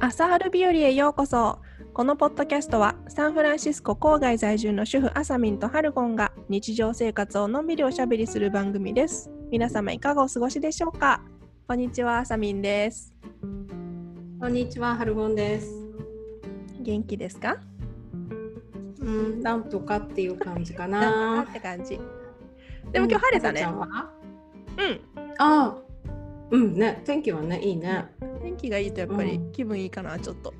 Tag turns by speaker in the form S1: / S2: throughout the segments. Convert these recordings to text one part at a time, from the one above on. S1: 朝春日和へようこそこのポッドキャストはサンフランシスコ郊外在住の主婦アサミンとハルゴンが日常生活をのんびりおしゃべりする番組です皆様いかがお過ごしでしょうかこんにちはアサミンです
S2: こんにちは、ハルゴンです。
S1: 元気ですか
S2: うん、なんとかっていう感じか
S1: なん
S2: な
S1: か。って感じ でも今日晴れたね
S2: うんまこち
S1: うん
S2: ゃんはああ、うんね、天気はね、いいね。
S1: 天気がいいとやっぱり
S2: うん
S1: 気分いいかなちょっと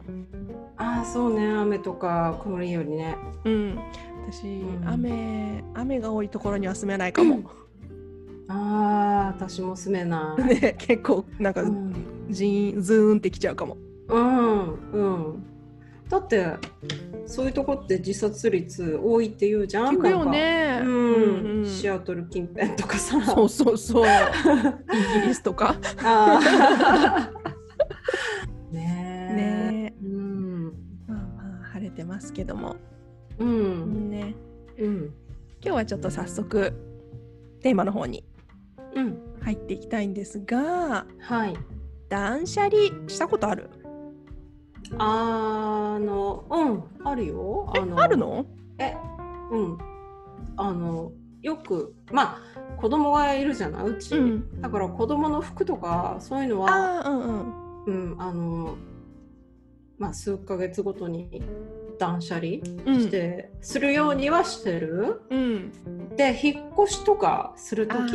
S2: ああ、そうね、雨とか曇りよりね。
S1: うん私、
S2: うん
S1: 雨雨が多いところには住めないかも、
S2: ああ、私も住めない。
S1: ね、結構なんか
S2: うん、
S1: ジーンズーンってきちゃうかも
S2: うん、うん。だって、そういうとこって自殺率多いって言うじゃん。
S1: 聞くよね
S2: なんか。う
S1: うんうん
S2: ん、シアトル近辺とか さ。
S1: そうそうそうイギリスとか
S2: あ あ。ねえ。
S1: ね
S2: うん。
S1: まあまあ晴れてますけども、
S2: う。
S1: うんんね、
S2: うん。
S1: 今日はちょっと早速テーマの方に
S2: うん。
S1: 入っていきたいんですが
S2: はい。
S1: 断捨離したことある
S2: あの、うん、あるよ。
S1: え
S2: あの
S1: あるの
S2: え、うん。あの、よく、まあ、子供がいるじゃない、うち。
S1: うん
S2: だから、子供の服とか、そういうのは、
S1: あーうんうん
S2: うん、あの。まあ、数ヶ月ごとに。断捨離
S1: うん
S2: して、するようにはしてる。
S1: うん
S2: で、引っ越しとかする
S1: あ
S2: と
S1: ー
S2: き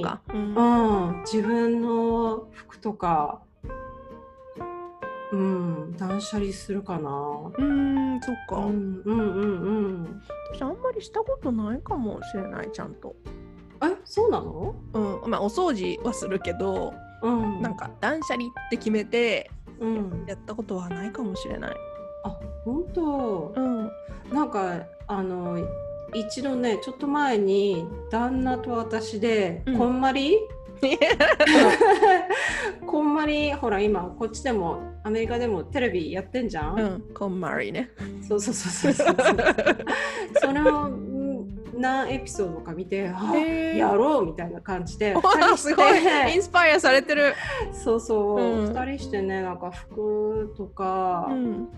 S1: そうか、うん
S2: うん、自分の服とか、うん、断捨離するかな。
S1: うーんそっか、
S2: うん、うん、うん、
S1: 私あんまりしたことないかもしれないちゃんと、
S2: うん。え、そうなの？
S1: うん、まあお掃除はするけど
S2: うん、
S1: なん、か断捨離って決めて
S2: うん、
S1: やったことはないかもしれない、
S2: あ、本当
S1: う。ん、
S2: なんかあの一度ね、ちょっと前に旦那と私で、
S1: うん
S2: こん まり、こんまり、ほら今こっちでもアメリカでもテレビやってんじゃん。
S1: うん、コンマリーね
S2: そうそうそうそうそう。それをん何エピソードか見て、あ
S1: へー
S2: やろうみたいな感じで、
S1: わ
S2: 二人
S1: あ
S2: して
S1: すごい インスパイアされてる。
S2: そうそう、
S1: うん
S2: 2人してね、なんか服とか、
S1: うん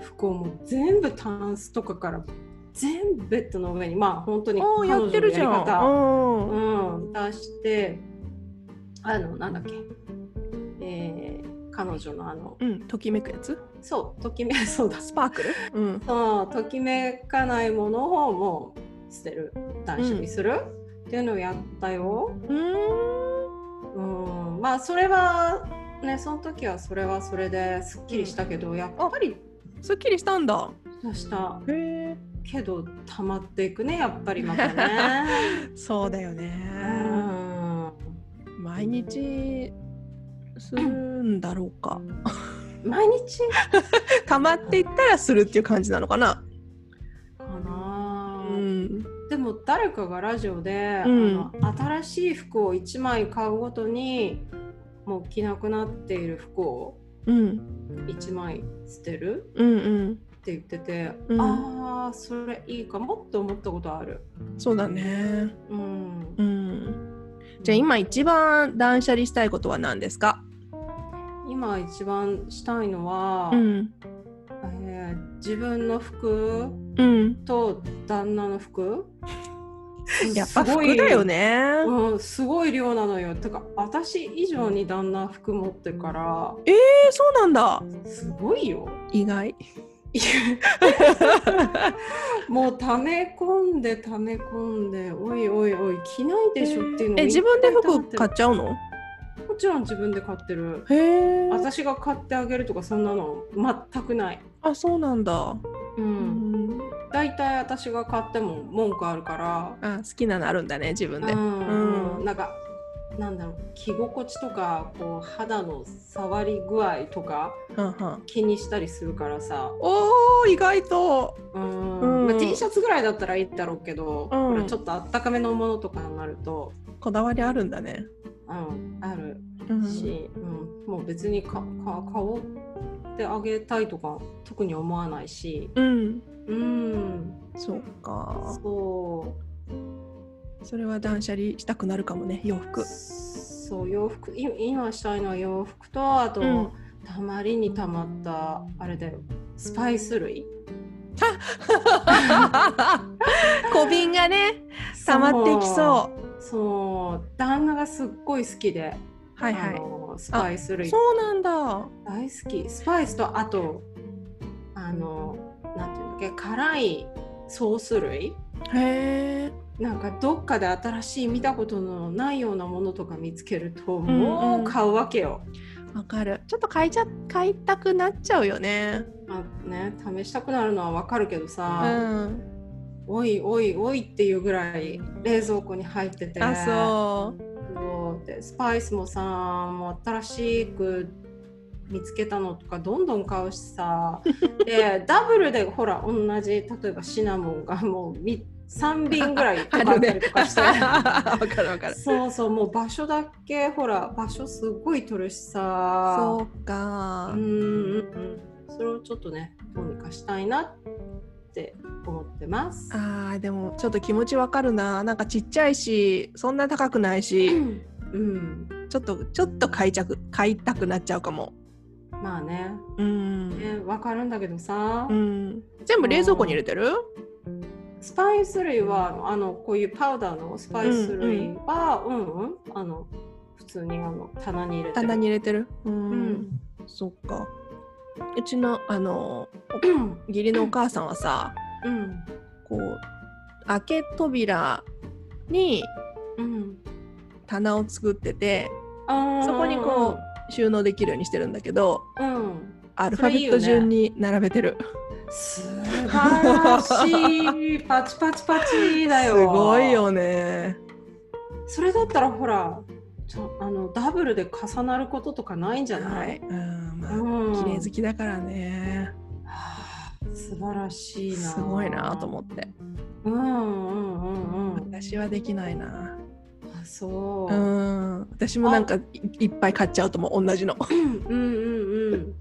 S2: 服をもう全部タンスとかから全部ベッドの上に、まあ本当に
S1: おー
S2: 彼
S1: や
S2: 女
S1: って
S2: の
S1: る
S2: や
S1: じ
S2: り
S1: ゃん。
S2: 方、
S1: うん
S2: うん、出して、あの、なんだっけ、えー彼女のあの、
S1: うん、ときめくやつ。
S2: そう、ときめ、そうだ、
S1: スパークル。うん。
S2: そうときめかないものをもう捨てる断捨離する、っていうのをやったよ。うんまあそれはねその時はそれはそれですっきりしたけど、やっぱり
S1: すっきりしたんだ。
S2: した
S1: へえ。
S2: けど溜まっていくねやっぱりまた ね。
S1: そうだよね。
S2: うん
S1: 毎日。するんだろうか。
S2: 毎日
S1: 溜まっていったらするっていう感じなのかな。
S2: かな
S1: う、ん。
S2: でも誰かがラジオで、
S1: うん
S2: あの新しい服を1枚買うごとにもう着なくなっている服を
S1: うん。
S2: 1枚捨てる
S1: うんうん。
S2: って言ってて、
S1: うん
S2: ああそれいいかもって思ったことある。
S1: そうだね。
S2: うん
S1: う、ん。じゃあ今一番断捨離したいことは何ですか。
S2: 今一番したいのは、
S1: うん。
S2: えー自分の服
S1: うん。
S2: と旦那の服
S1: やっぱ
S2: す
S1: 服
S2: ごい
S1: だよね。
S2: うん、すごい量なのよ。てか私以上に旦那服持ってるから
S1: えーそうなんだ。
S2: すごいよ。
S1: 意外。
S2: もう溜め込んで溜め込んでおいおいおい着ないでしょっていうのを
S1: え自分で服買
S2: 買
S1: っちゃうの
S2: もちろん自分で買ってる。
S1: へえ
S2: 私が買ってあげるとかそんなの全くない、
S1: あそうなんだ、
S2: う、
S1: うんん、
S2: だいたい私が買っても文句あるから、
S1: あ好きなのあるんだね自分で、
S2: うん
S1: うん
S2: なんかなんだろう着心地とかこう肌の触り具合とか
S1: はんはん
S2: 気にしたりするからさ、
S1: おー意外と
S2: うん
S1: うん
S2: まあ、T シャツぐらいだったらいいだろうけど、
S1: うん
S2: ほらちょっとあったかめのものとかになると、
S1: こだわりあるんだね、
S2: うん、ある
S1: うん
S2: し、うんもう別にかか買おうってあげたいとか特に思わないし。
S1: うん、
S2: うん
S1: そうか
S2: そ
S1: それは断捨離したくなるかもね洋
S2: う
S1: 服
S2: そう洋服い今したいのは洋服とあと、
S1: うん
S2: たまりにたまったあれだよスパイス類
S1: 小瓶がね溜まっていきそう
S2: うそう旦那がすっごい好きで、
S1: はいは
S2: あ
S1: い
S2: のスパイス類
S1: そうなんだ
S2: 大好きスパイスとあとあのなんていうんだっけ辛いソース類
S1: へえ
S2: なんかどっかで新しい見たことのないようなものとか見つけると
S1: ん
S2: もう買うわけよ。
S1: わかるちょっと買いちゃ買いたくなっちゃうよね
S2: まあね、試したくなるのはわかるけど
S1: う
S2: さ、
S1: ん
S2: おいおいおいっていうぐらい冷蔵庫に入ってて
S1: あそう
S2: そうでスパイスもさもう新しく見つけたのとかどんどん買う しさでダブルでほら同じ例えばシナモンがもうみ3瓶ぐらいとかあったりとかし て。
S1: わかるわかる
S2: そうそうもう場所だけほら場所すごい取るしさ
S1: そうか
S2: うんうんうんそれをちょっとねどうにかしたいなって思ってます
S1: あーでもちょっと気持ちわかるななんかちっちゃいしそんな高くないし
S2: うん
S1: ちょっとちょっと買いちゃく買いたくなっちゃうかも
S2: まあね
S1: うん、
S2: ねわかるんだけどさ、
S1: うん、全部冷蔵庫に入れてる
S2: スパイス類はあのこういうパウダーのスパイス類はうんうん、あの普通にあの棚に入れてる
S1: 棚に入れてるう、
S2: うんん
S1: そっかうちのあの
S2: うん
S1: 義理のお母さんはさ
S2: うん
S1: こう開け扉に
S2: うん
S1: 棚を作ってて
S2: あー
S1: そこにこ収納できるようにしてるんだけど
S2: うん
S1: アルファベット順に並べてる
S2: 素晴らしいパチパチパチだよ
S1: すごいよね
S2: それだったらほらちょあのダブルで重なることとかないんじゃない、
S1: はい、うんまあ
S2: うん、
S1: 綺麗好きだからね
S2: はあ素晴らしいな
S1: すごいなと思って
S2: うんうんうんうん
S1: 私はできないな
S2: あそうう、
S1: ん私もなんかいいっぱい買っちゃうともう同じの
S2: うんうんうん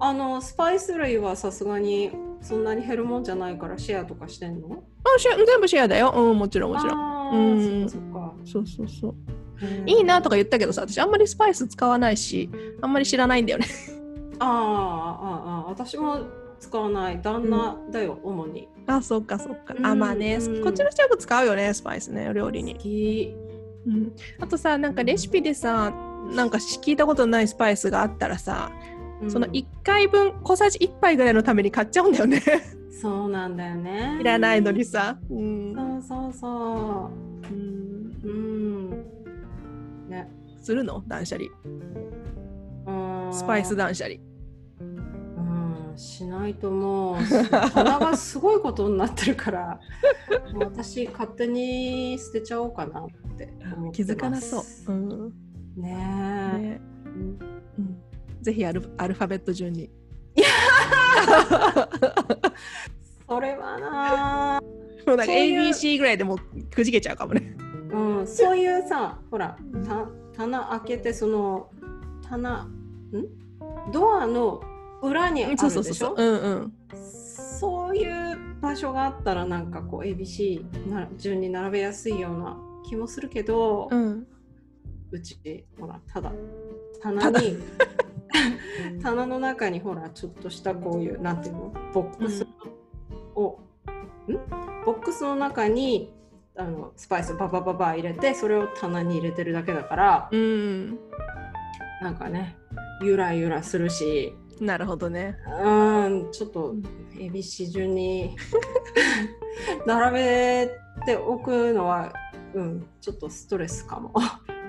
S2: あのスパイス類はさすがにそんなに減るもんじゃないからシェアとかしてんの
S1: あシェア全部シェアだようんもちろんもちろん
S2: あ
S1: うん
S2: ーそっか
S1: そうそうそう
S2: そっか
S1: いいなとか言ったけどさ私あんまりスパイス使わないしあんまり知らないんだよね
S2: あーあーあー私も使わない旦那だよ、主に
S1: あそっかそっか
S2: う
S1: あ
S2: ん
S1: まあね
S2: うん
S1: こっちの人よく使うよねスパイスね料理に
S2: 好、き
S1: うん、あとさなんかレシピでさなんか聞いたことないスパイスがあったらさその
S2: うん
S1: 1回分小さじ1杯ぐらいのために買っちゃうんだよね
S2: そうなんだよね
S1: いらないのにさうん
S2: そうそうそ
S1: うん
S2: ううんね
S1: するの断捨離
S2: うん
S1: スパイス断捨離
S2: うんしないともう棚がすごいことになって るからもう私勝手に捨てちゃおうかなって思っ
S1: 気
S2: てます
S1: づかなそう、うん
S2: ねえ、
S1: ね
S2: うん
S1: うん、ぜひアルアルファベット順に
S2: それはなあ
S1: もうなんか
S2: そういう
S1: ABC ぐらいでもうくじけちゃうかもね
S2: うんそういうさほら
S1: うん
S2: た棚開けてその棚んドアの裏にあるでし
S1: そ
S2: ょ
S1: うそうそうそううんうん
S2: そういう場所があったらなんかこう ABC な順に並べやすいような気もするけど、う
S1: うん
S2: ちほらただ棚に棚の中にほらちょっとしたこういうなんていうのボックスを、んボックスの中にあのスパイスババババ入れてそれを棚に入れてるだけだから、
S1: うん
S2: なんかねゆらゆらするし
S1: なるほどね
S2: うーんちょっと
S1: うん
S2: ABC 順に 並べておくのは、うん、ちょっとストレスかも。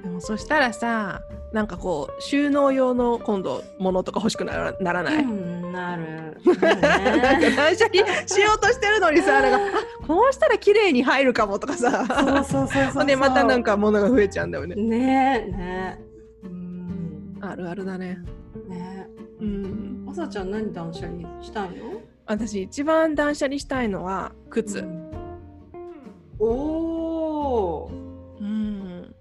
S1: でもそしたらさなんかこう収納用の今度物とか欲しくならならない、
S2: うんなる。
S1: なんか
S2: ね
S1: 断捨離しようとしてるのにさなんかあこうしたら綺麗に入るかもとか
S2: そう
S1: さ
S2: そうそうそう
S1: ほ
S2: そうん
S1: でまたなんか物が増えちゃうんだよね
S2: ねえねえうん
S1: あるあるだね
S2: ね
S1: うん
S2: え朝ちゃん何断捨離したいの
S1: 私一番断捨離したいのは靴
S2: うんおー
S1: うん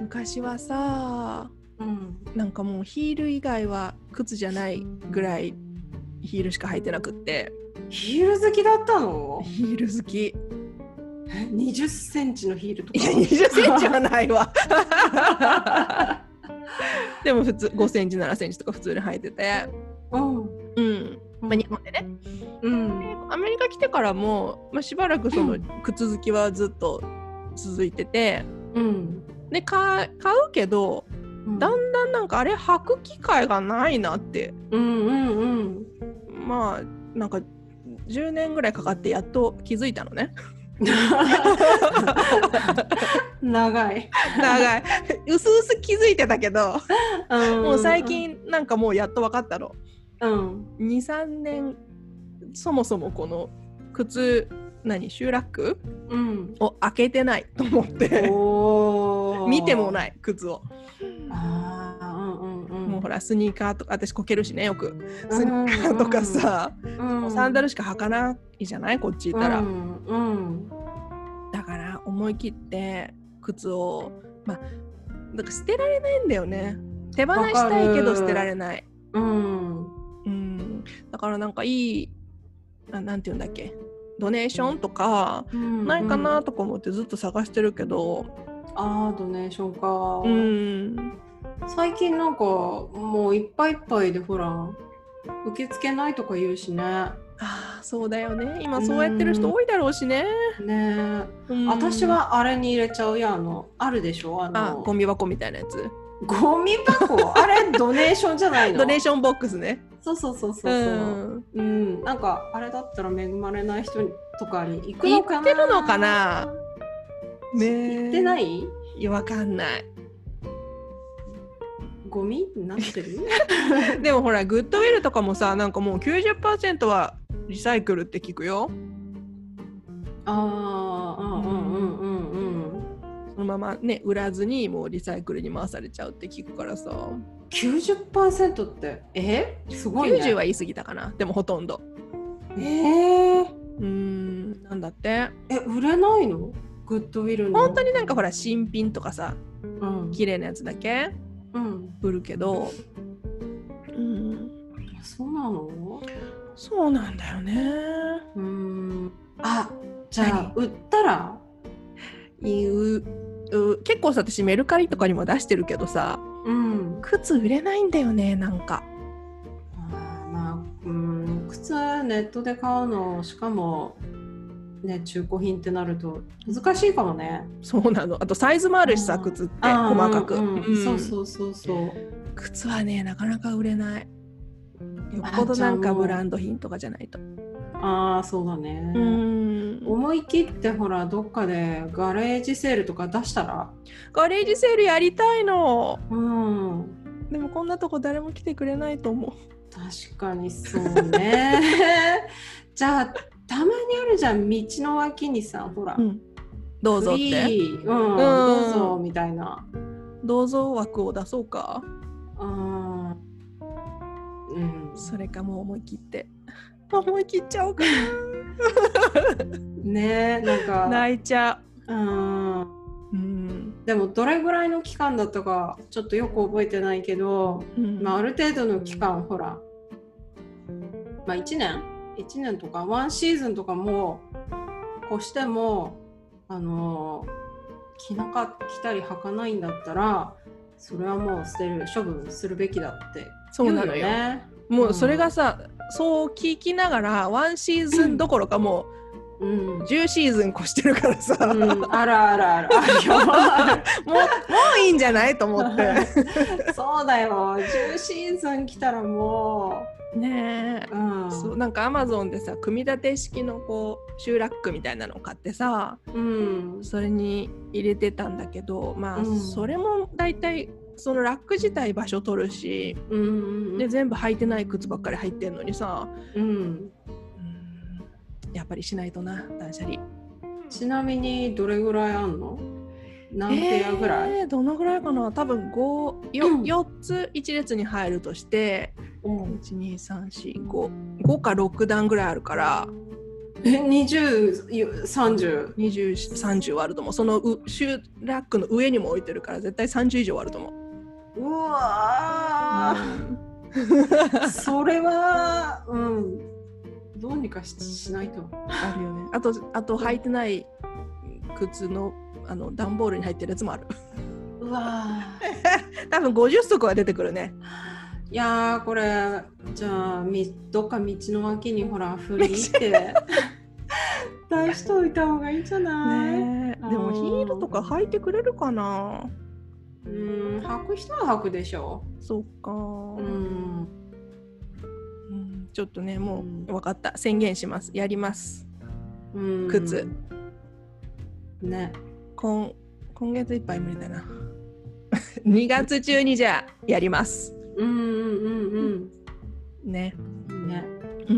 S1: 昔はさ
S2: うん
S1: なんかもうヒール以外は靴じゃないぐらいヒールしか履いてなくって
S2: ヒール好きだったの
S1: ヒール好き
S2: え20センチのヒールと
S1: い
S2: か
S1: や20センチはないわ でも普通5センチ7センチとか普通に生えてて
S2: うん
S1: うん、まあ、日本でね
S2: うん
S1: アメリカ来てからも、まあ、しばらくそうの
S2: ん
S1: 靴好きはずっと続いてて
S2: うん
S1: でか買うけどだんだんなんかあれ履く機会がないなって
S2: うんうんうん
S1: まあなんか10年ぐらいかかってやっと気づいたのね
S2: 長い
S1: 長 いうすうす気づいてたけども
S2: も
S1: う最近なんかもうやっと分かったの
S2: うん
S1: 23年そもそもこの靴何集落
S2: うん
S1: を開けてないと思って
S2: お
S1: 見てもないい靴を
S2: ああうんうんうん
S1: もうほらスニーカーとか私こけるしねよくスニ
S2: うん
S1: ーカーとかさ、
S2: うん
S1: もうサンダルしか履かないじゃないこっち行ったら、
S2: うんうん
S1: だから思い切って靴をまあなんか捨てられないんだよね手放したいけど捨てられない
S2: うん
S1: うんだからなんかいいあなんて言うんだっけドネーションとか
S2: うん
S1: ないかなとか思ってずっと探してるけど
S2: あードネーション
S1: う
S2: か、
S1: ん、
S2: 最近なんかもういっぱいいっぱいでほら受け付けないとか言うしね
S1: あーそうだよね今そうやってる人多いだろうしね、
S2: ねえ
S1: うん
S2: 私はあれに入れちゃうやんあのあるでしょあ
S1: あ
S2: の
S1: ゴミ箱みたいなやつ
S2: ゴミ箱あれドネーションじゃない の
S1: ドネーションボックスね
S2: そうそうそうそうそう、
S1: ん
S2: うんなんかあれだったら恵まれない人にとかに行く
S1: 行
S2: のかな
S1: ってるのかなね
S2: 行ってないい
S1: やわかんない
S2: ゴミになってる
S1: でもほらグッドウィルとかもさなんかもう90%はリサイクルって聞くよ
S2: ああうんうんうんうんうん
S1: そのままね売らずにもうリサイクルに回されちゃうって聞くからさ、
S2: 90%ってえすごいね
S1: 90は言い過ぎたかなでもほとんど
S2: えー、
S1: うーんなんだって
S2: え売れないのグッドウィルの
S1: 本当になんかほら新品とかさ
S2: うん、
S1: 綺麗なやつだけ
S2: うん、
S1: 売るけどうん
S2: そうなの
S1: そうなんだよね
S2: うーんあじゃあ売ったら
S1: いうう結構さ私メルカリとかにも出してるけどさ
S2: うん
S1: 靴売れないんだよねなんか
S2: あーまあうん靴ネットで買うのしかもね中古品ってなると難しいかもね
S1: そうなのあとサイズもあるしさ
S2: うん
S1: 靴って
S2: あー
S1: 細かく、
S2: うんうん
S1: うん
S2: そうそうそうそう
S1: 靴はねなかなか売れないよっぽどなん
S2: あじゃあ
S1: か
S2: もう
S1: ブランド品とかじゃないと
S2: ああそうだね、
S1: うん
S2: 思い切ってほらどっかでガレージセールとか出したら
S1: ガレージセールやりたいの
S2: うん
S1: でもこんなとこ誰も来てくれないと思
S2: 確かにそう ねじゃあたまにあるじゃん道の脇にさほら、
S1: う、うん、どうぞっ
S2: フリ
S1: て
S2: ーうん、
S1: うん
S2: どうぞみたいな。
S1: どうぞ枠を出そうか
S2: うん。うん
S1: それかもう思い切って 思い切っちゃおうか
S2: ねえ、なんか。
S1: 泣いちゃ
S2: うん。
S1: ううん、
S2: でも、どれぐらいの期間だったか、ちょっとよく覚えてないけど。
S1: うん
S2: まあ、ある程度の期間、ほら。まあ、一年。一年とか、ワンシーズンとかも。こうしても。あのー。着なか、着たり履かないんだったら。それはもう捨てる、処分するべきだって。
S1: そうなのよ
S2: 言ね。
S1: もうそれがさ、そう聞きながらワンシーズンどころかも
S2: うん
S1: う。10シーズン越してるからさ、もうも
S2: うん、あらあらあら あ
S1: ういいんじゃないと思って
S2: るよそうだよ10シーズン来たらも
S1: ねえ
S2: う、うん、
S1: そうなんかアマゾンでさ組み立て式のこう集落区みたいなのを買ってさ
S2: うん
S1: それに入れてたんだけどまあ、
S2: うん
S1: それも大体そのラック自体場所取るし
S2: うんうん
S1: で全部履いてない靴ばっかり履いてんのにさ
S2: うん
S1: うんやっぱりしないとな断捨離
S2: ちなみにどれぐらいあんの何部屋ぐらい、
S1: えーどのぐらいかな多分5
S2: う
S1: よ
S2: ん
S1: 4つ1列に入るとして
S2: うん
S1: 12345か6段ぐらいあるから
S2: え2030
S1: 2030はあると思うそのう集落の上にも置いてるから絶対30以上はあると思う
S2: うわ
S1: うん
S2: ーそれはうんどうにかししないと
S1: あるよねあとあと履いてない靴のあの段ボールに入ってるやつもある
S2: うわー
S1: 多分50足は出てくるね。
S2: いやーこれじゃあみどっか道の脇にほら振り入 って出しといた方がいいんじゃない、
S1: ねえでもヒールとか履いてくれるかな
S2: うーん履く人は履くでしょ
S1: そうか、
S2: う、うん、
S1: うんちょっとねも
S2: うん
S1: う分かった宣言しますやります
S2: うん、
S1: 靴
S2: ね
S1: 今今月いっぱい無理だ な2月中にじゃあやります
S2: うんうんうん
S1: ね
S2: うんね
S1: う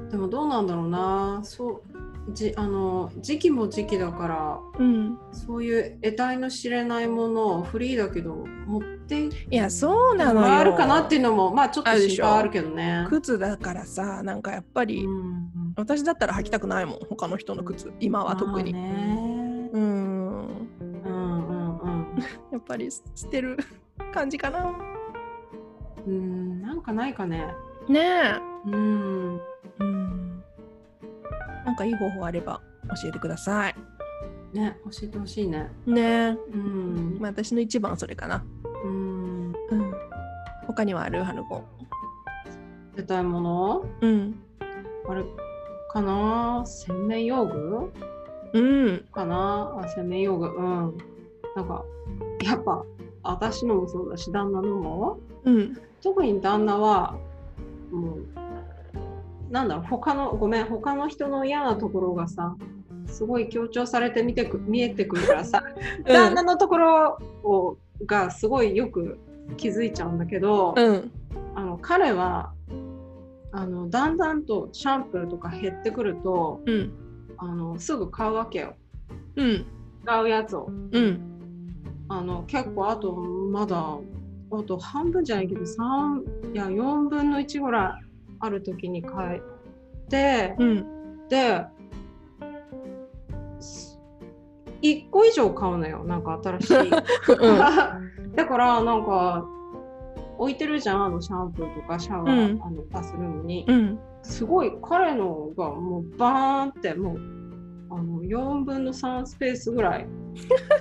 S1: ん
S2: でもどうなんだろうなそうじあの時期も時期だから
S1: うん
S2: そういう得体の知れないものをフリーだけど持って
S1: いやそうなのよ
S2: あるかなっていうのもまあちょっと
S1: あるで
S2: 心
S1: しょ
S2: 配あるけどね。
S1: 靴だからさなんかやっぱり、
S2: うん
S1: 私だったら履きたくないもん他の人の靴今は特に、
S2: まあね
S1: うーん
S2: うんうんうん
S1: やっぱり捨てる 感じかな
S2: うんなんかないかね。
S1: ねえ
S2: うん
S1: うんなんかいい方法あれば教えてください
S2: ね教えてほしいね。
S1: ねえ、
S2: うん
S1: まあ、私の一番それかな
S2: うん
S1: うん他にはあるハルゴ
S2: 得体もの
S1: うん
S2: あれかな洗面用具
S1: うん
S2: かなあ洗面用具うんなんかやっぱ私のもそうだし旦那のも
S1: うん
S2: 特に旦那はもうなんだろう他のごめん他の人の嫌なところがさすごい強調されて見てく見えてくるから さ、旦那のところをがすごいよく気づいちゃうんだけど、
S1: うん
S2: あの彼はあのだんだんとシャンプーとか減ってくると
S1: うん
S2: あのすぐ買うわけよ
S1: うん
S2: 買うやつを
S1: うん
S2: あの結構あとまだあと半分じゃないけど3いや4分の1ぐらいある時に買えて
S1: うん
S2: です1個以上買うのよなんか新しい だからなんか置いてるじゃんあのシャンプーとかシャワー、
S1: うん
S2: あのバスルームに、
S1: うん
S2: すごい彼のがもうバーンってもうあの4分の3スペースぐらい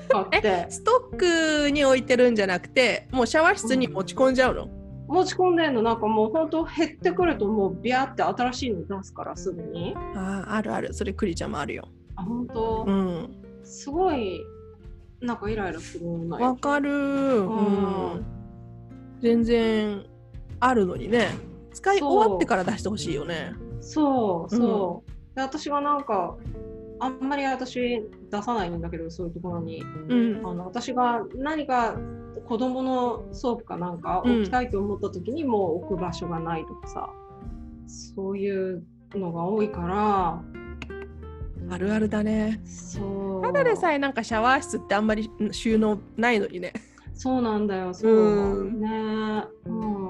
S2: 買って
S1: ストックに置いてるんじゃなくてもうシャワー室に持ち込んじゃうの、
S2: 持ち込んでんのなんかもうほんと減ってくるともうビャーって新しいの出すからすぐに
S1: あああるあるそれクリちゃんもあるよ
S2: あ本当、
S1: うん
S2: すごいなんかイライラするの
S1: わ
S2: よ
S1: かるうん、
S2: うん
S1: 全然あるのにね使い
S2: そう
S1: 終わってから出してほしいよね
S2: そうそう、で私がなんかあんまり私出さないんだけどそういうところに
S1: うん
S2: あの私が何か子供のソープかなんか
S1: うん
S2: 置きたいと思った時にもう置く場所がないとかさ、そういうのが多いから
S1: あるあるだね
S2: そう
S1: ただでさえなんかシャワー室ってあんまり収納ないのにね
S2: そうなんだよそう、
S1: うん
S2: ねうん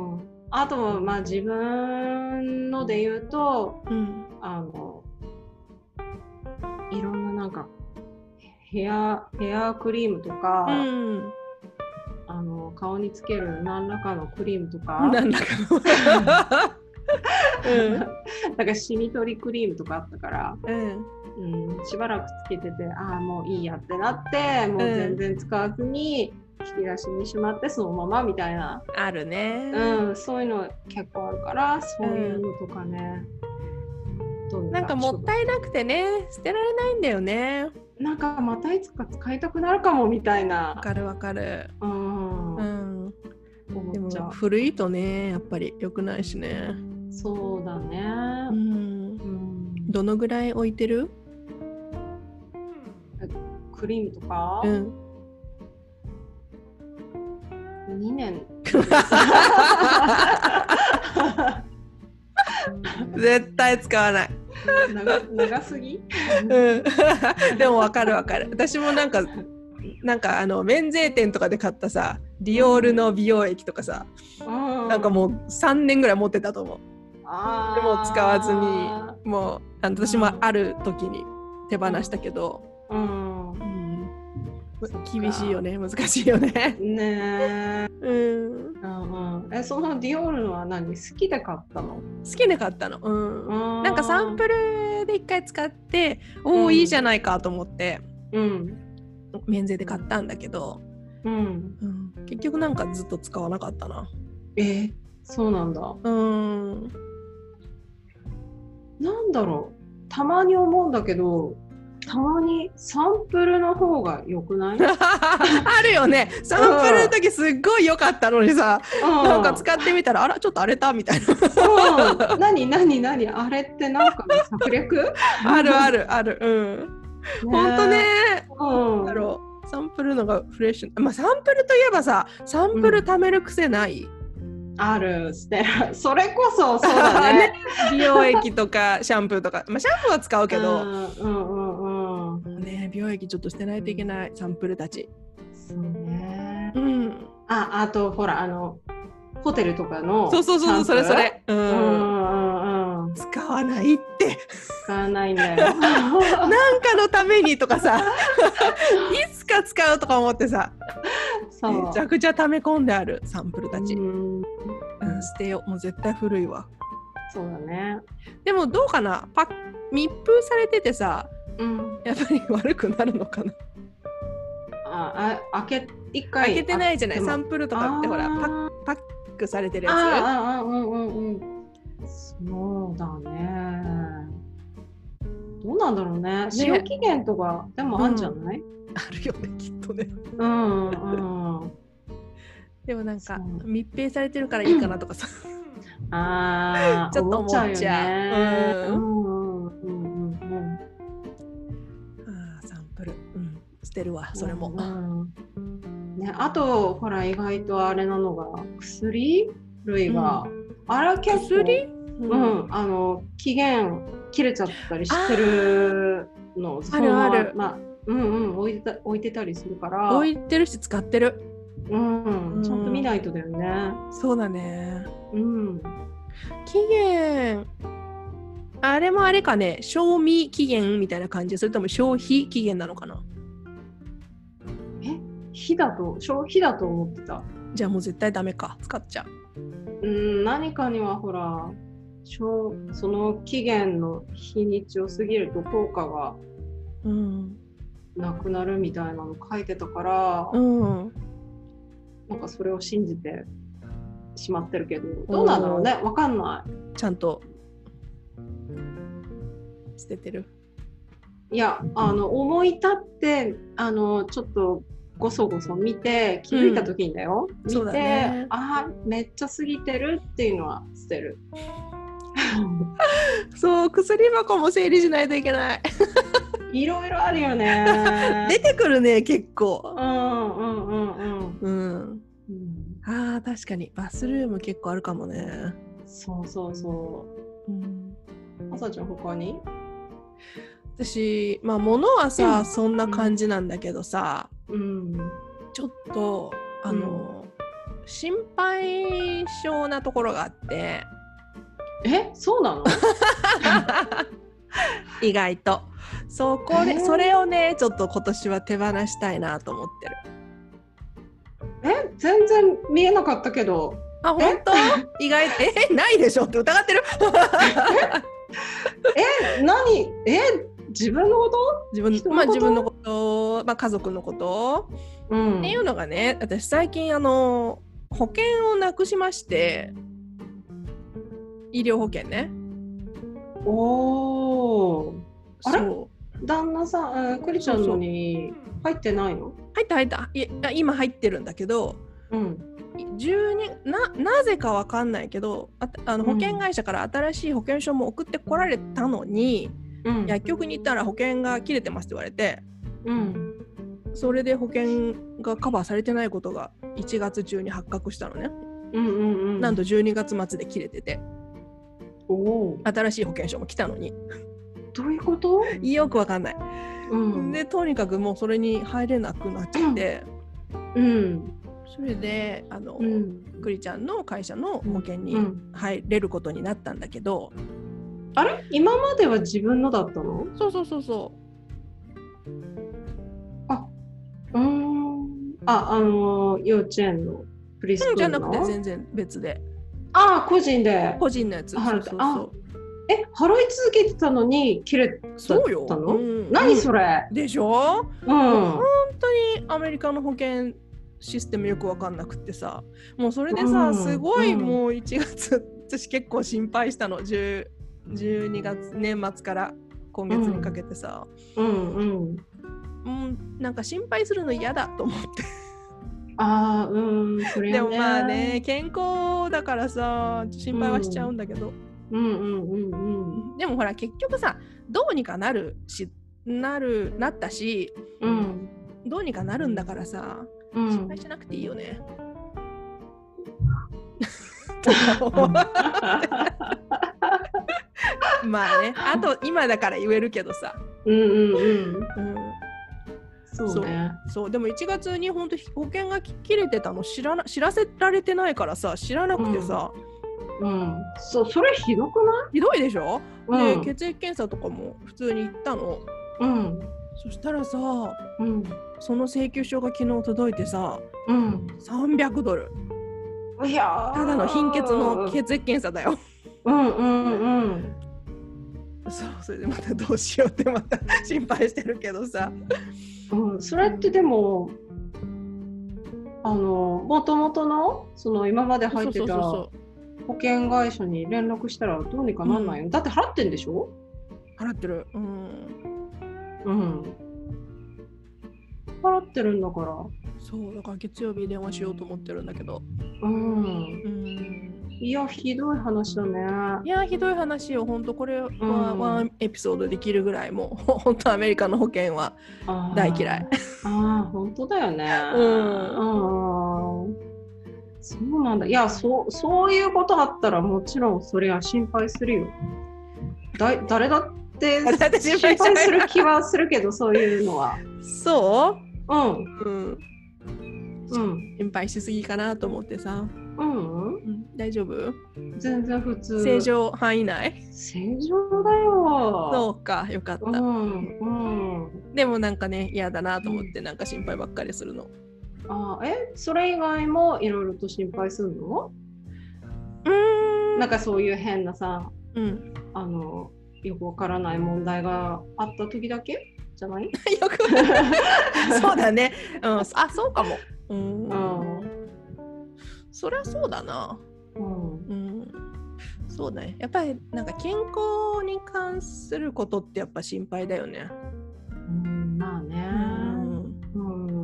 S2: あとはまあ自分ので言うと
S1: うん
S2: あのいろんななんかヘアヘアクリームとか、
S1: うん
S2: あの顔につける何らかのクリームとか
S1: なんだか
S2: なんかシミ取りクリームとかあったから、
S1: うんうん
S2: うん、しばらくつけててああもういいやってなってもう全然使わずに引き出しにしまってそのままみたいな、
S1: あるね
S2: うん、そういうの結構あるからそういうのとかね、どうに
S1: なんかもったいなくてね捨てられないんだよね
S2: なんかまたいつか使いたくなるかもみたいな
S1: わ、かるわかる
S2: うん
S1: うんで
S2: 思っちゃ
S1: も古いとねやっぱり良くないしね
S2: うそうだね、
S1: うん
S2: うん、
S1: どのぐらい置いてる
S2: クリームとか、
S1: ん
S2: 2年
S1: 絶対使わない、
S2: 長長す
S1: う
S2: ぎ
S1: ん、でもわかるわかる私もなんかなんかあの免税店とかで買ったさディオールの美容液とかさ、
S2: な
S1: なんかもう3年ぐらい持ってたと思
S2: あー
S1: でも使わずにうもうあの私もある時に手放したけど、
S2: うんそっか
S1: 厳しいよね難しいよね
S2: ねえ、
S1: うん
S2: うんうん、えそのディオールのは何好きで買ったの
S1: 好きなかったのうん
S2: な
S1: なんかサンプルで1回使っておお、
S2: うん
S1: いいじゃないかと思って
S2: ルうん
S1: 免税で買ったんだけど、
S2: うん。
S1: うん、結局なんかずっと使わなかったな
S2: えー、そうなんだ。
S1: うん
S2: なんだろう。たまに思うんだけど、たまにサンプルの方が良く ない
S1: あるよねサンプルの時すっごい良かったのにさな
S2: なん
S1: か使ってみたらあらちょっと荒れたみたいな
S2: うん、何何何あれってなんかの策略
S1: あるあるあるうん 本当ね
S2: うん
S1: なんだろうサンプルのがフレッシュまあサンプルといえばさサンプル貯める癖ない、
S2: あるステラ それこそそう だね
S1: 美容液と かシャンプーとか、まあ、シャンプーは使うけ
S2: う
S1: ど、
S2: んうんうんうん
S1: ね美容液ちょっと捨てないといけないサンプルたち
S2: そうね
S1: うん
S2: ああとほらあのホテルとかの
S1: そうそうそうそうそれそれう
S2: サンプルうんんうんうん
S1: 使わないって
S2: 使わないん だよ
S1: なんかのためにとか さいつか使うとか思ってさ
S2: そ
S1: め
S2: う
S1: ちゃくちゃ溜め込んであるサンプルたち、う
S2: うん
S1: ん、捨てようもう絶対古いわ
S2: そうだね
S1: でもどうかなパッ密封されててさ
S2: うん
S1: やっぱり悪くなるのかな
S2: ああ開け一回
S1: 開けてないじゃない
S2: でも
S1: サンプルとかってほら
S2: あ
S1: パ
S2: ー
S1: ッパックされてるやつ
S2: ああああうんうんうんそうだねどうなんだろうね使用期限とかでもあんじゃない、
S1: あるよねきっとね
S2: うん、うん
S1: でもなんか
S2: そう
S1: 密閉されてるからいいかなとかさ
S2: ああ
S1: ちょっと思っちゃう
S2: 思っちゃうよね
S1: う
S2: うんうんうんうん
S1: あーサンプル、うん、捨てるわそれも、
S2: うんね、あとほら意外とあれなのが薬類が、
S1: う
S2: あれは結構
S1: 薬
S2: う、ん、あの期限切れちゃったりしてるのその
S1: あるある
S2: まあうんうん置いてた置いてたりするから
S1: 置いてるし使ってる
S2: うん、ちゃんと見ないとだよね。
S1: そうだね
S2: うん、
S1: 期限あれもあれかね賞味期限みたいな感じそれとも消費期限なのかな
S2: 火だと消費だと思ってた。
S1: じゃあもう絶対ダメか使っちゃう
S2: うん、何かにはほら消その期限の日にちを過ぎると効果が
S1: うん、
S2: なくなるみたいなの書いてたから、
S1: うん、
S2: なんかそれを信じてしまってるけどどうなんだろうねわかんない。
S1: ちゃんと捨ててる
S2: いやあの思い立ってあのちょっとごそごそ見て気づいた時にだよ、見
S1: そう
S2: て、
S1: だね
S2: あーめっちゃ過ぎてるっていうのは捨てる
S1: そう薬箱も整理しないといけない
S2: いろいろあるよね
S1: 出てくる ね結構
S2: うんうんうんうん
S1: うん
S2: うん
S1: あー確かにバスルーム結構あるかもね。
S2: そうそうそ
S1: う
S2: う
S1: ん、
S2: あさちゃん他に
S1: 私まあ物はさ、
S2: うん
S1: そんな感じなんだけどさ
S2: うん
S1: ちょっとあの、心配性なところがあって
S2: えそうなの
S1: 意外とそこで、
S2: えー
S1: それをねちょっと今年は手放したいなと思ってる。
S2: え全然見えなかったけど
S1: あ本当意外えないでしょって疑ってる
S2: え何え自分のこ
S1: 自分
S2: 人の
S1: まあ
S2: こと
S1: 自分のこと、まあ、家族のこと、
S2: と、うん
S1: っていうのがね私最近あの保険をなくしまして医療保険ね
S2: おおあれ
S1: そう
S2: 旦那さん、えークリちゃんのに入ってないの
S1: 入った入ったいや今入ってるんだけど
S2: うん。
S1: 12ななぜかわかんないけどああの
S2: う
S1: 保
S2: ん
S1: 険会社から新しい保険証も送ってこられたのに、
S2: うん
S1: 薬局に行ったら保険が切れてますって言われて
S2: うん。
S1: それで保険がカバーされてないことが1月中に発覚したのね、
S2: うんうんうん。
S1: なんと12月末で切れてて
S2: おお。
S1: 新しい保険証も来たのに
S2: どういうこと？
S1: よくわかんない、
S2: うん。
S1: でとにかくもうそれに入れなくなっちゃって、
S2: うん。
S1: それであの、
S2: うん。
S1: クリちゃんの会社の保険に
S2: うん。
S1: 入れることになったんだけど、
S2: あれ？今までは自分のだったの？
S1: そうそうそうそう
S2: ーん。あ、あのー幼稚園のプリスクー
S1: うん
S2: ル
S1: じゃな
S2: の。
S1: くて全然別で
S2: ああ、個人で。
S1: 個人のやつ
S2: あ
S1: そうそう
S2: あ
S1: そう
S2: え、払い続けてたのに切れた
S1: そうよ
S2: の
S1: うん
S2: 何それ？
S1: でしょ、
S2: うん。
S1: 本当アメリカの保険システムよく分かんなくってさもうそれでさ、
S2: うん
S1: すごい
S2: うん
S1: もう1月、 私結構心配したの10 12月年末から今月にかけてさ、
S2: うんうん。
S1: もうなんか心配するの嫌だと思って
S2: ああ、うん。それ
S1: でもまあね。健康だからさ心配はしちゃうんだけど、
S2: うんうんうん
S1: でもほら結局さどうにかなるしなるなったし
S2: うん。うん。
S1: どうにかなるんだからさ
S2: う
S1: 心
S2: ん
S1: 配。しなくていいよね。 まあねあと今だから言えるけどさ、
S2: うんうんうん。
S1: うん、
S2: そうね。
S1: そうでも1月に本当保険が切れてたの知らな知らせられてないからさ知らなくてさ、
S2: うん。そう、それひどくな
S1: ひどいでしょ、
S2: い
S1: で血液検査とかも普通に行ったの
S2: うん。
S1: そしたらさ
S2: うん。
S1: その請求書が昨日届いてさ
S2: うん。
S1: 300ドル
S2: うん。いやー
S1: ただの貧血の血液検査だよ。
S2: うんうんうん。
S1: そうそれでまたどうしようってまた心配してるけどさ。
S2: うん、それってでもあのもともとのその今まで入ってた保
S1: う
S2: 険会社に連絡したらどうにかなんないの、だって払ってんでしょ、
S1: 払ってる。うん。
S2: うん、払ってるんだから、
S1: そうだから月曜日電話しようと思ってるんだけど。
S2: うん、
S1: うん。
S2: いやひどい話だね
S1: いやーひどい話よ本当これは
S2: うん
S1: ワンエピソードできるぐらいもう本当アメリカの保険は
S2: あー
S1: 大嫌い。
S2: ああ本当だよね
S1: うん
S2: うんそうなんだいやそうそういうことあったらもちろんそれは心配するよだ誰だ って
S1: 誰だって心配
S2: 心配
S1: しない
S2: する気はするけどそういうのは
S1: そ
S2: うん
S1: う？うん。
S2: うん
S1: 心配しすぎかなと思ってさ。
S2: うん
S1: うん、大丈夫？
S2: 全然普通
S1: 正常範囲内？
S2: 正常だよ
S1: そうかよかった。
S2: うんうん
S1: でもなんかね嫌だなと思ってなんか心配ばっかりするの。
S2: あーえそれ以外もいろいろと心配するの
S1: うーん
S2: なんかそういう変なさ
S1: うん、
S2: あのよくわからない問題があった時だけじゃない
S1: よく そうだね。うん、あそうかも。うん、
S2: うん、
S1: そりゃそうだな。
S2: うん、
S1: うん、そうだね。やっぱりなんか健康に関することってやっぱ心配だよね。
S2: うんまあね
S1: う、ん、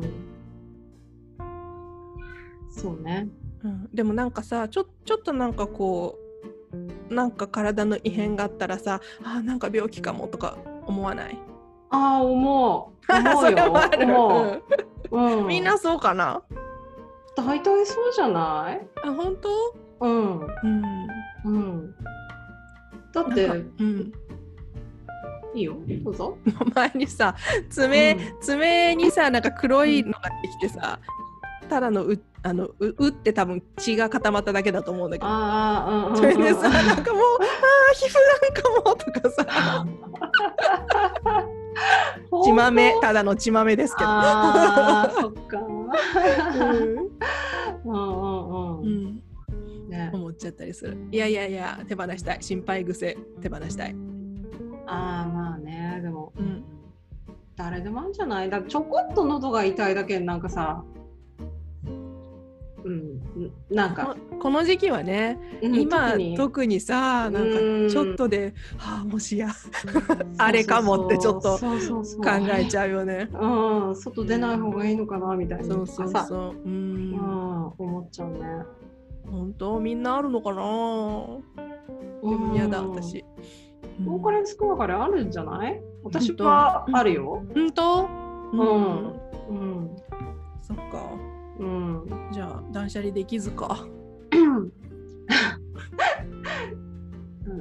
S2: うんそうね
S1: うん、でもなんかさちょちょっとなんかこうなんか体の異変があったらさあなんか病気かもとか思わない。
S2: ああ思う思
S1: そうれ
S2: よ
S1: もある
S2: 思う、う
S1: うん
S2: ん、
S1: みんなそうかな。
S2: 大体そうじゃない
S1: あ本当？
S2: うん
S1: うん。
S2: うんだっ
S1: な
S2: て
S1: んかうん。
S2: いいよどうぞ、
S1: 前にさ爪、
S2: うん
S1: 爪にさなんか黒いのができてさただのうあのううって多分血が固まっただけだと思うんだけど
S2: ああ
S1: それでさ なんかもうあー皮膚なんかもとかさ血まめただの血まめですけど。
S2: あーそっかうんうん
S1: う
S2: うん
S1: ん、
S2: ね
S1: 思っちゃったりするいやいやいや手放したい心配癖手放したい、
S2: ああまあねでも
S1: うん、
S2: 誰でもあるんじゃないだってちょこっと喉が痛いだけなんかさうんなん
S1: こ
S2: か
S1: この時期はね
S2: うん
S1: 今
S2: 特
S1: 特
S2: に
S1: にさなんか
S2: うん
S1: ちょっとで「はあもしや」あれかもってちょっと
S2: そうそうそう
S1: 考えちゃうよね。
S2: うん外出ない方がいいのかなみたいな
S1: そうそう
S2: とかさ
S1: そう。う
S2: うん
S1: ん。
S2: 思っちゃうね
S1: 本当みんなあるのかな。でも嫌だ
S2: うん
S1: 私。
S2: 多か
S1: れ。
S2: れ少なかれあるんじゃない私
S1: 本当
S2: はあるよ
S1: 本当？
S2: うん。うん
S1: そっか。
S2: うん
S1: じゃあ断捨離できずか。
S2: うんうーん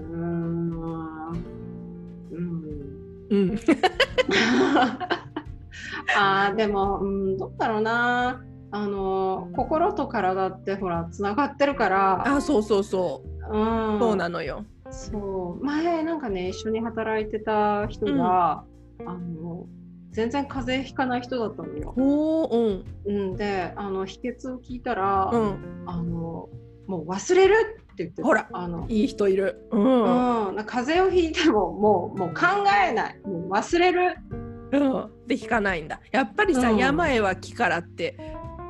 S2: うん
S1: うん。
S2: あーでも、うん、どうだろうなあの心と体ってほらつながってるから
S1: あそうそうそうう。
S2: ん
S1: そうなのよ。
S2: そう前なんかね一緒に働いてた人が、あの全然風邪ひかない人だったのよ、
S1: ほううん
S2: うん、であの秘訣を聞いたら、
S1: うん。
S2: あのもう忘れるって言ってた
S1: ほら
S2: あの
S1: いい人いる。うん。
S2: うん、風邪をひいてももうもう考えないもう忘れる
S1: うん、で引かないんだやっぱりさ、
S2: うん
S1: 病は木からって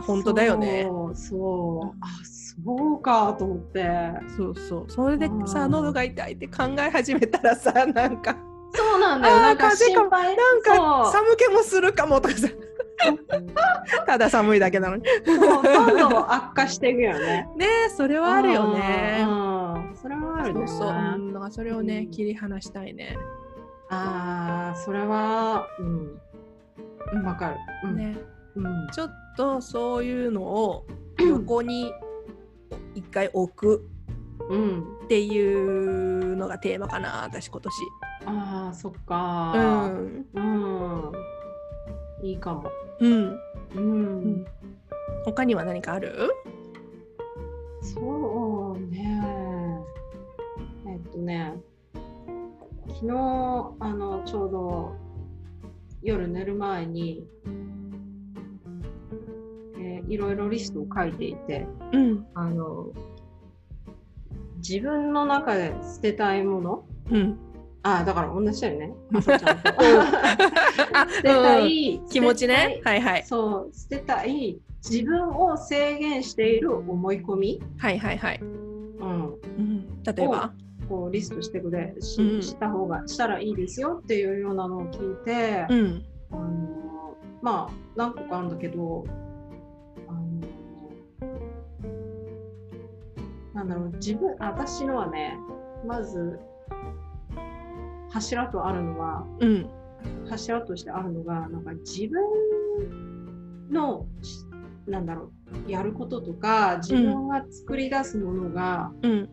S1: 本当だよね
S2: そうそうあそうかと思って
S1: そうそうそれで
S2: う
S1: さ
S2: ん
S1: 喉が痛いって考え始めたらさなんか
S2: そうなんだよ
S1: あー
S2: なんか
S1: 風
S2: 心
S1: 邪か
S2: 配
S1: なんか
S2: そう
S1: 寒気もするかもとかさ ただ寒いだけなのに
S2: そうどんどん悪化していくよ ね
S1: ねそれはあるよね
S2: うんうんそれはあ
S1: そ
S2: るね
S1: うそう、うん、だからそれをね、
S2: うん
S1: 切り離したいね,、
S2: ああそれはうんわかる、うん、
S1: ね
S2: うん
S1: ちょっとそういうのを横に一回置く
S2: うん
S1: っていうのがテーマかな私今年
S2: ああそっ
S1: う
S2: か
S1: ん
S2: うん、いいかも
S1: うんう
S2: うん、
S1: ん他には何かある
S2: そうねえっとね昨日あのちょうど夜寝る前に、えーいろいろリストを書いていて
S1: うん
S2: あの自分の中で捨てたいもの
S1: うん
S2: あだから同じだ よね。あそうちゃんと
S1: あ
S2: 捨てた
S1: うん
S2: い、
S1: 気持ちね
S2: 捨てたい
S1: はいはい
S2: そう捨てたい自分を制限している思い込み、
S1: はいはいはい、
S2: うん、
S1: うん、例えば
S2: こうリストしてくれし,、
S1: うん
S2: した方がしたらいいですよっていうようなのを聞いて、
S1: うん
S2: あのまあ何個かあるんだけどあのなんだろう自分私のはねまず柱とあるのは
S1: うん
S2: 柱としてあるのがなんか自分のしなんだろうやることとか自分が作り出すものが、
S1: うん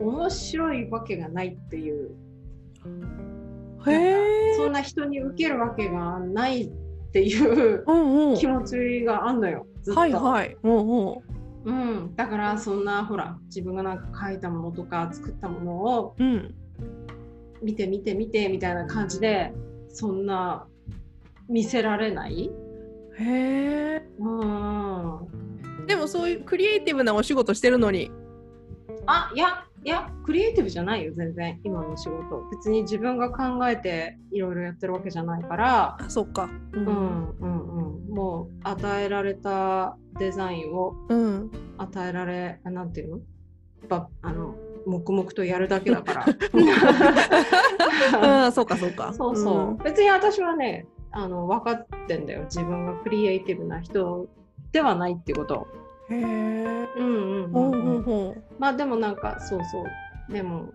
S2: 面白いわけがないっていう
S1: へえ
S2: そんな人に受けるわけがないっていう
S1: うんうん
S2: 気持ちがあんのよずっと、
S1: はいはいうんうん
S2: うん、だからそんなほら自分がなんか書いたものとか作ったものを
S1: うん
S2: 見て見て見てみたいな感じでそんな見せられない
S1: へえ
S2: うん
S1: でもそういうクリエイティブなお仕事してるのに
S2: あいやいやクリエイティブじゃないよ全然今の仕事別に自分が考えていろいろやってるわけじゃないから
S1: あそっかう
S2: う、んうんうん、もう与えられたデザインを
S1: うん、
S2: 与えられあなんていうのばあの黙々とやるだけだから。
S1: ああそうかそうか
S2: そうそう、別に私はねあの分かってんだよ自分がクリエイティブな人ではないってこと。
S1: うん、へえ
S2: うん
S1: ほうほうほ
S2: まあでもなんかそうそうでも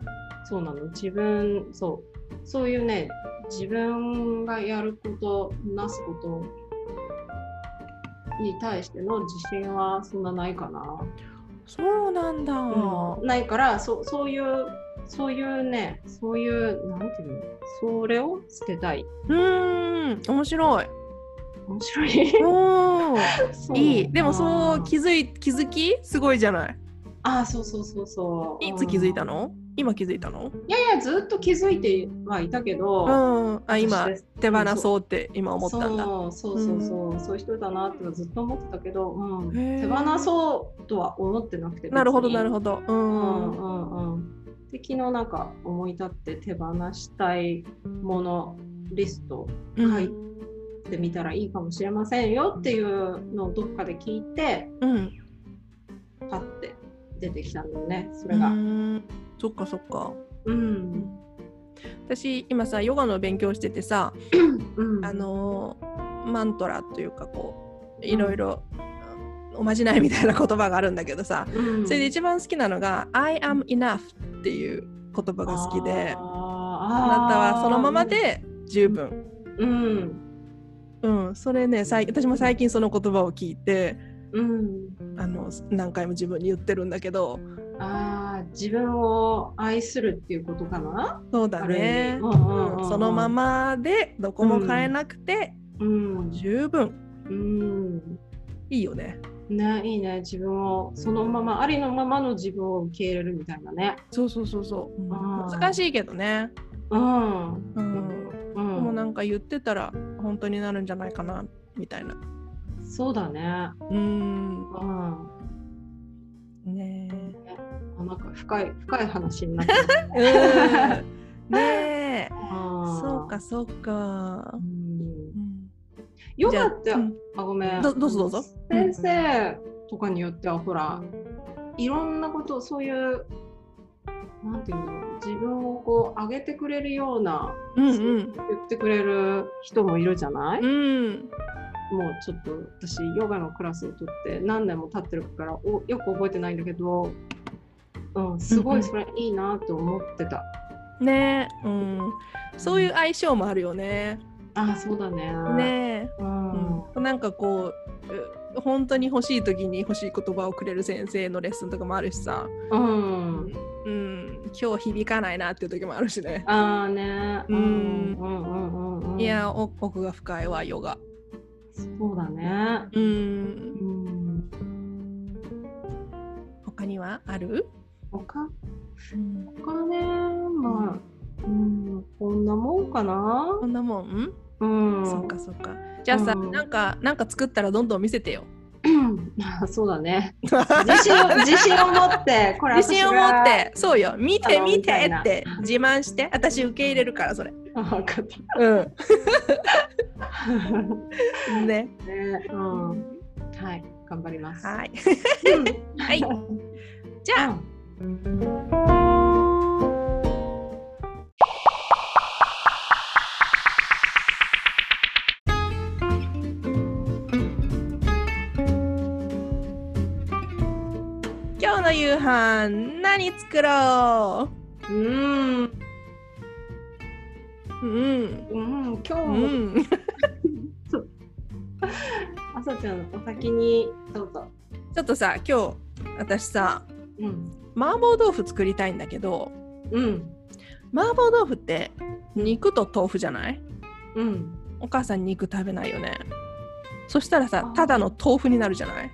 S2: そうなの自分そうそういうね自分がやることなすことに対しての自信はそんなないかな、
S1: うそうなんだ、
S2: うんないからそうそういうそういうねそういうなんていうのそれを捨てたいう
S1: ーん面白い。
S2: 面白い
S1: お ー
S2: そう
S1: いい。でも
S2: あ
S1: そう
S2: ー
S1: 気づい気づきすごいじゃない。
S2: あーそうそうそうそう
S1: いつ気づいた
S2: の
S1: の？今気づいたの？
S2: いやいやずっと気づいてはいたけど、
S1: うん。あ今
S2: 私
S1: 手放そうって今思ったんだ。
S2: そうそうそうそう、そういう人だなってずっと思ってたけど、うん、
S1: へー
S2: 手放そうとは思ってなくて
S1: なるほどなる
S2: ほ
S1: ほど。う。
S2: どうんんうんうんで昨日なんか思い立って手放したいものリスト
S1: うん
S2: 書いてみたらいいかもしれませんよっていうのをどっかで聞いて
S1: うん。
S2: パッて出てきたんだよねそうれがうん、
S1: ん。そっかそっか。私今さヨガの勉強しててさ、
S2: うん
S1: あのーマントラというかこういろいろおまじないみたいな言葉があるんだけどさ、
S2: うん
S1: それで一番好きなのが「I am enough」っていう言葉が好きで
S2: あー
S1: あな
S2: あ
S1: たはそのまま
S2: ー
S1: で十分、
S2: うん
S1: うん、それねさい私も最近その言葉を聞いて
S2: うん
S1: あの何回も自分に言ってるんだけど
S2: ああ、自分を愛するっていうことかな。
S1: そうだね、う
S2: ある意味うんうんうんうん
S1: ん、そのままでどこも変えなくて
S2: うん、
S1: 十分
S2: うん、
S1: いいよね
S2: ね、いいね、自分をそのままありのままの自分を受け入れるみたいなね。
S1: そうそうそうそううん
S2: あー
S1: 難しいけどね、
S2: うん、う
S1: うん、でも
S2: ん、
S1: なんか言ってたら本当になるんじゃないかなみたいな
S2: そうだね。
S1: うん
S2: うん、
S1: ね
S2: あ、なんか深い深い話になってる。
S1: えねえ
S2: あ ー
S1: そうかそうか
S2: う。ん
S1: うん
S2: ヨガって
S1: じゃ
S2: あ,、
S1: あうん
S2: ごめん
S1: どどうぞどうぞ
S2: 先生とかによってはほらいろんなことそういうなんていうんだろう自分をこう上げてくれるような
S1: うん
S2: そううん言ってくれる人もいるじゃない、
S1: うん
S2: もうちょっと私ヨガのクラスを取って何年も経ってるからおよく覚えてないんだけど、うん、すご
S1: うんう
S2: い
S1: ん
S2: それいいなと思ってた。
S1: ねえ、うん、そういう相性もあるよね。
S2: ああそうだね。
S1: ね
S2: う
S1: え、
S2: ん、
S1: うん、なんかこうう本当に欲しい時に欲しい言葉をくれる先生のレッスンとかもあるしさ、
S2: うん
S1: うん、今日響かないなっていう時もあるしね。
S2: ああね。
S1: うん
S2: うんうんうんうん。
S1: いやお奥が深いわヨガ。
S2: そうだね。
S1: うん、
S2: うん。
S1: 他にはある、
S2: 他
S1: うん、
S2: 他ねまあ、うん、こんなもんかな
S1: こ。んなもん、うん
S2: うん。
S1: そっかそっか。じゃあさ、
S2: うん
S1: なんかなんか作ったらどんどん見せてよ。
S2: まあそうだ ね。自信を自信を持ってこれ
S1: 自信を持っ
S2: 私が。
S1: て、そうよ、見て
S2: あの
S1: 見
S2: みた
S1: て
S2: いな
S1: って自慢して、私受け入れるからそれ。
S2: あ分かっ
S1: うん。
S2: た。
S1: ね。
S2: ね、うん、はい、頑張ります。
S1: はい。
S2: うん
S1: はい。じゃあ、今日の夕飯何作ろ
S2: うん、
S1: う。うん。
S2: うん、今日
S1: う
S2: も
S1: ん。
S2: 朝ちゃんお先にどうぞ。
S1: ちょっとさ、今日私さ、
S2: うん、
S1: 麻婆豆腐作りたいんだけど、
S2: うん、
S1: 麻婆豆腐って肉と豆腐じゃない？
S2: うん。
S1: お母さん肉食べないよね。そしたら
S2: あ
S1: さ
S2: ー、
S1: ただの豆腐になるじゃ ない？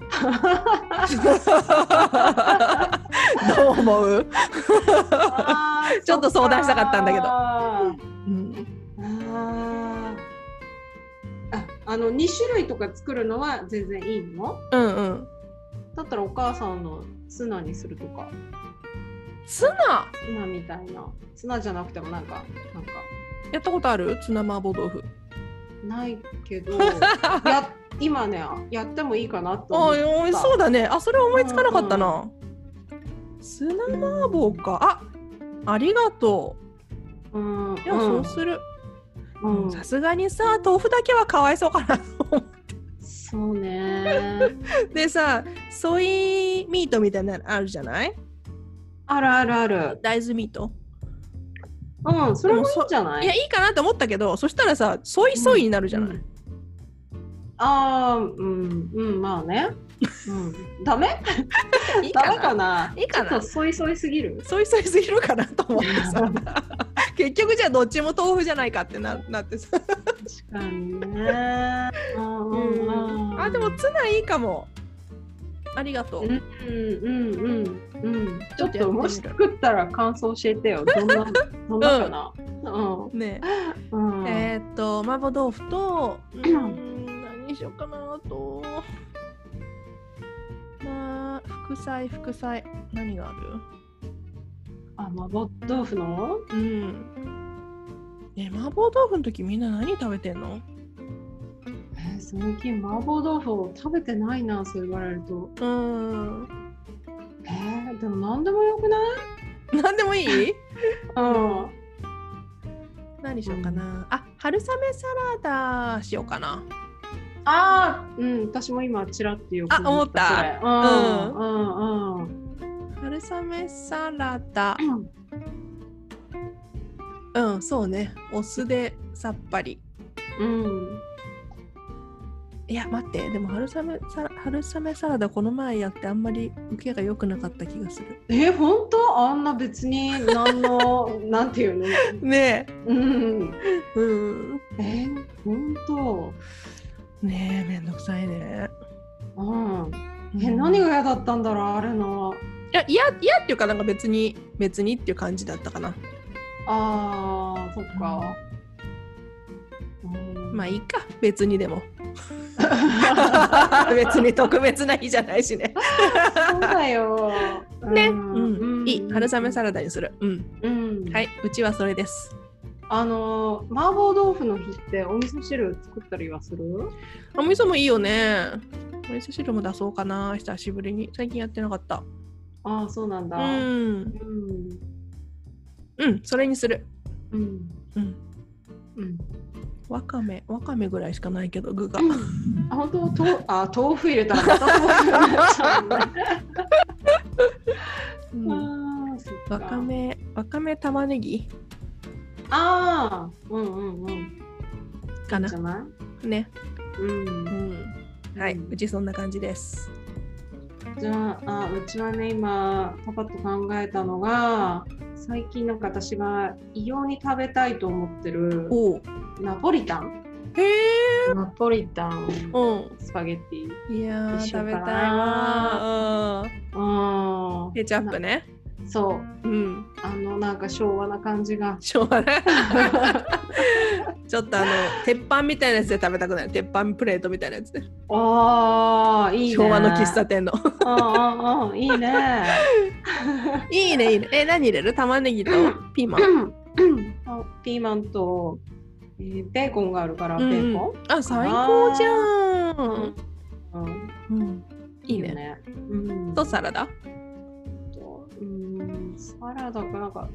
S1: どう思う？ ちょっと相談したかったんだけど
S2: あー
S1: うん、
S2: あー、ああの二種類とか作るのは全然いいの？
S1: うん、うん。
S2: だったらお母さんのツナにするとか、
S1: ツナ
S2: ツナみたいな、ツナじゃなくてもなんかなんか
S1: やったことある？ツナ麻婆豆腐。
S2: ないけ ど。や今ねやってもいいかなと
S1: あ
S2: 思っ
S1: あー
S2: た
S1: そうだねあそれ思いつかなかったな、スナマーボーかあありがと
S2: うん
S1: ういや、そうする
S2: うんうん
S1: さすがにさ豆腐だけはかわいそうかな
S2: そうね
S1: でさソイミートみたいなのあるじゃない
S2: あるあるある
S1: 大豆ミート
S2: うんそれもいいんじゃない
S1: いやいいかなって思ったけどそしたらさソイソイになるじゃない、
S2: うんああうんうんまあね、うん、ダメ
S1: いい
S2: ダ
S1: か
S2: メか
S1: な
S2: ない
S1: いかな
S2: ちょっとソイソイすぎる
S1: ソイソイすぎるかなと思ってさ 結局じゃあどっちも豆腐じゃないかってななってさ、
S2: 確かにねうんうんうん
S1: あでもツナいいかもありがとう、
S2: うんうんうんうんち
S1: ち
S2: ょ
S1: ょ
S2: っ
S1: っとやってみる
S2: ともし作ったら感想教えてよどんなどんなかなうん
S1: ね
S2: うん
S1: えーっと麻婆豆腐とうーん何にしようかなあとまあ副菜副菜何があ
S2: あ麻婆豆腐の
S1: るうんね麻婆豆腐の時みんな何食べてんの
S2: えー最近麻婆豆腐を食べてないなそう言われると
S1: うーん
S2: えー、でも何でもよくない
S1: 何でもいい
S2: うん
S1: 何しようかなあ春雨サラダしようかな
S2: あーうん私も今ちらってよく
S1: あ思った
S2: それうんうんうん
S1: 春雨サラダ
S2: うん
S1: うんそうねお酢でさっぱり
S2: うん
S1: いや待ってでも春雨サラ春雨サラダこの前やってあんまり受けが良くなかった気がする
S2: えー、本当あんな別に 何のなんていうの
S1: ね
S2: うん
S1: えうん
S2: えー、本
S1: ねえめんどくさいね
S2: 当うんえ何
S1: い
S2: が嫌だったんだろうあれの
S1: や嫌嫌っていうかなんか別に別にっていう感じだったかな
S2: あーそっか、うん
S1: まあいいか別にで も別に特別な日じゃないしね
S2: そうだよ。
S1: ね
S2: う
S1: うんいい春雨サ
S2: ラ
S1: ラダにするうん
S2: ダ。うん。
S1: はい。うちはそれです
S2: あのー麻婆豆腐の日ってお味噌汁作ったりはする
S1: お味噌もいいよねお味噌汁も出そうかな久しぶりに最近やってなかった
S2: ああそうなんだ
S1: う
S2: うんん
S1: うんそれにする
S2: うん
S1: うん
S2: うん
S1: わかめわかめぐらいしかないけど具が
S2: あ本当と あ豆腐入れたらまた豆腐になっちゃうんだ
S1: うん
S2: あーそっ
S1: わかめわかめ玉ねぎ
S2: ああうんうんうん
S1: かな
S2: じゃない
S1: ね
S2: うん
S1: うんはい、うちそんな感じです
S2: じゃああうちはね今パパッと考えたのが最近なんか私が異様に食べたいと思ってる
S1: おう
S2: ナポリタン
S1: へえ
S2: ナポリタン
S1: う
S2: スパゲッティ
S1: んいやー
S2: 一緒
S1: 食べたい
S2: か
S1: わ
S2: な
S1: ーうん
S2: うーん
S1: ケチャップね
S2: なそう
S1: うん
S2: あのなんか昭和な感じが
S1: しょうがないちょっとあの鉄板みたいなやつで食べたくない鉄板プレートみたいなやつで
S2: あーいいね
S1: 昭和の喫茶店の
S2: うんうんうんいいね
S1: いいねいいねえ何入れる玉ねぎとピーマン
S2: あピーマンと、えーベーコンがあるからベーコ
S1: あ最高じゃん、
S2: ン、うん
S1: うん、いい
S2: よ
S1: ね
S2: ねうん
S1: とサラダ
S2: とうーんサラダかなんか、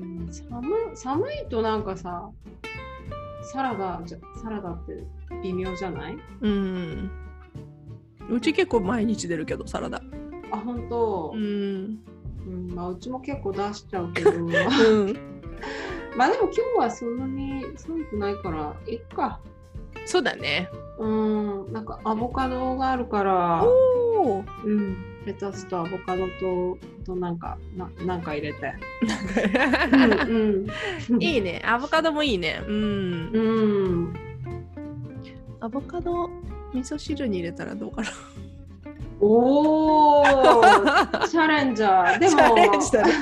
S2: うん、寒寒いとなんかさサラダじゃサラダって微妙じゃない
S1: うんうち結構毎日出るけどサラダ
S2: あ本当、
S1: う
S2: うん
S1: ん
S2: まあ、うちも結構出しちゃうけど
S1: うん
S2: まあでも今日はそんなに寒くないからいっか
S1: そうだね
S2: うんなんかアボカドがあるから
S1: おお
S2: うんレタスとアボカドとあとなんかななんか入れてうんうん
S1: いいねアボカドもいいねうん
S2: うん
S1: アボカド味噌汁に入れたらどうかな
S2: おーチャレンジャーで
S1: チ
S2: も
S1: ャレンジだね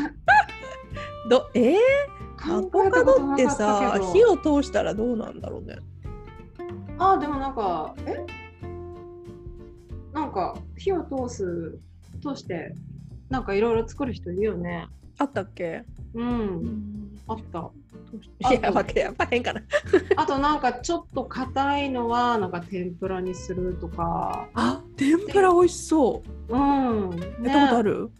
S1: どえー、ア
S2: 考
S1: ボ
S2: えた
S1: カ
S2: こと
S1: ドっ
S2: な
S1: て
S2: かった
S1: さ
S2: けど
S1: 火を通したらどうなんだろうね
S2: あでもなんかえなんか火を通す通してなんかいろいろ作る人いるよね
S1: あったっけ
S2: うんあった
S1: いやわけやばへんかな
S2: あとなんかちょっと硬いのはなんか天ぷらにするとか
S1: あ天ぷら美味しそう
S2: うんね
S1: やったことある、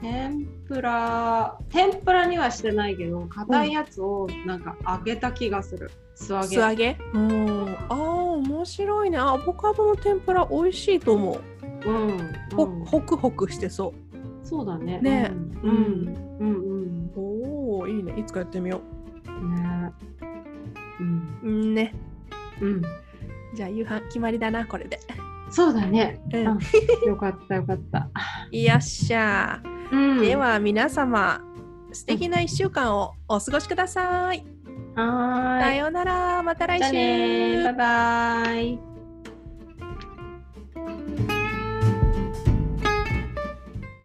S2: 天ぷら天ぷらにはしてないけど硬いやつをなんか揚げた気がする素揚げ
S1: 素揚げうんあー面白いねあアボカドの天ぷら美味しいと思う
S2: うん
S1: ほ、
S2: うん
S1: ホクホクしてそ
S2: そうだね。
S1: ね
S2: うん、うん、うん
S1: うおおいいねいつかやってみよ
S2: うん、ね。うん、
S1: ううんね
S2: うん、
S1: じゃあ夕飯決まりだなこれで
S2: そう だね。
S1: うん
S2: あよかった、よかった。
S1: よっしゃー
S2: うん
S1: で、は皆様素敵な1週間をお過ごしください、
S2: は
S1: さ
S2: ーい。
S1: ようならまた来
S2: じゃあ
S1: 週
S2: ねー、バイバイ。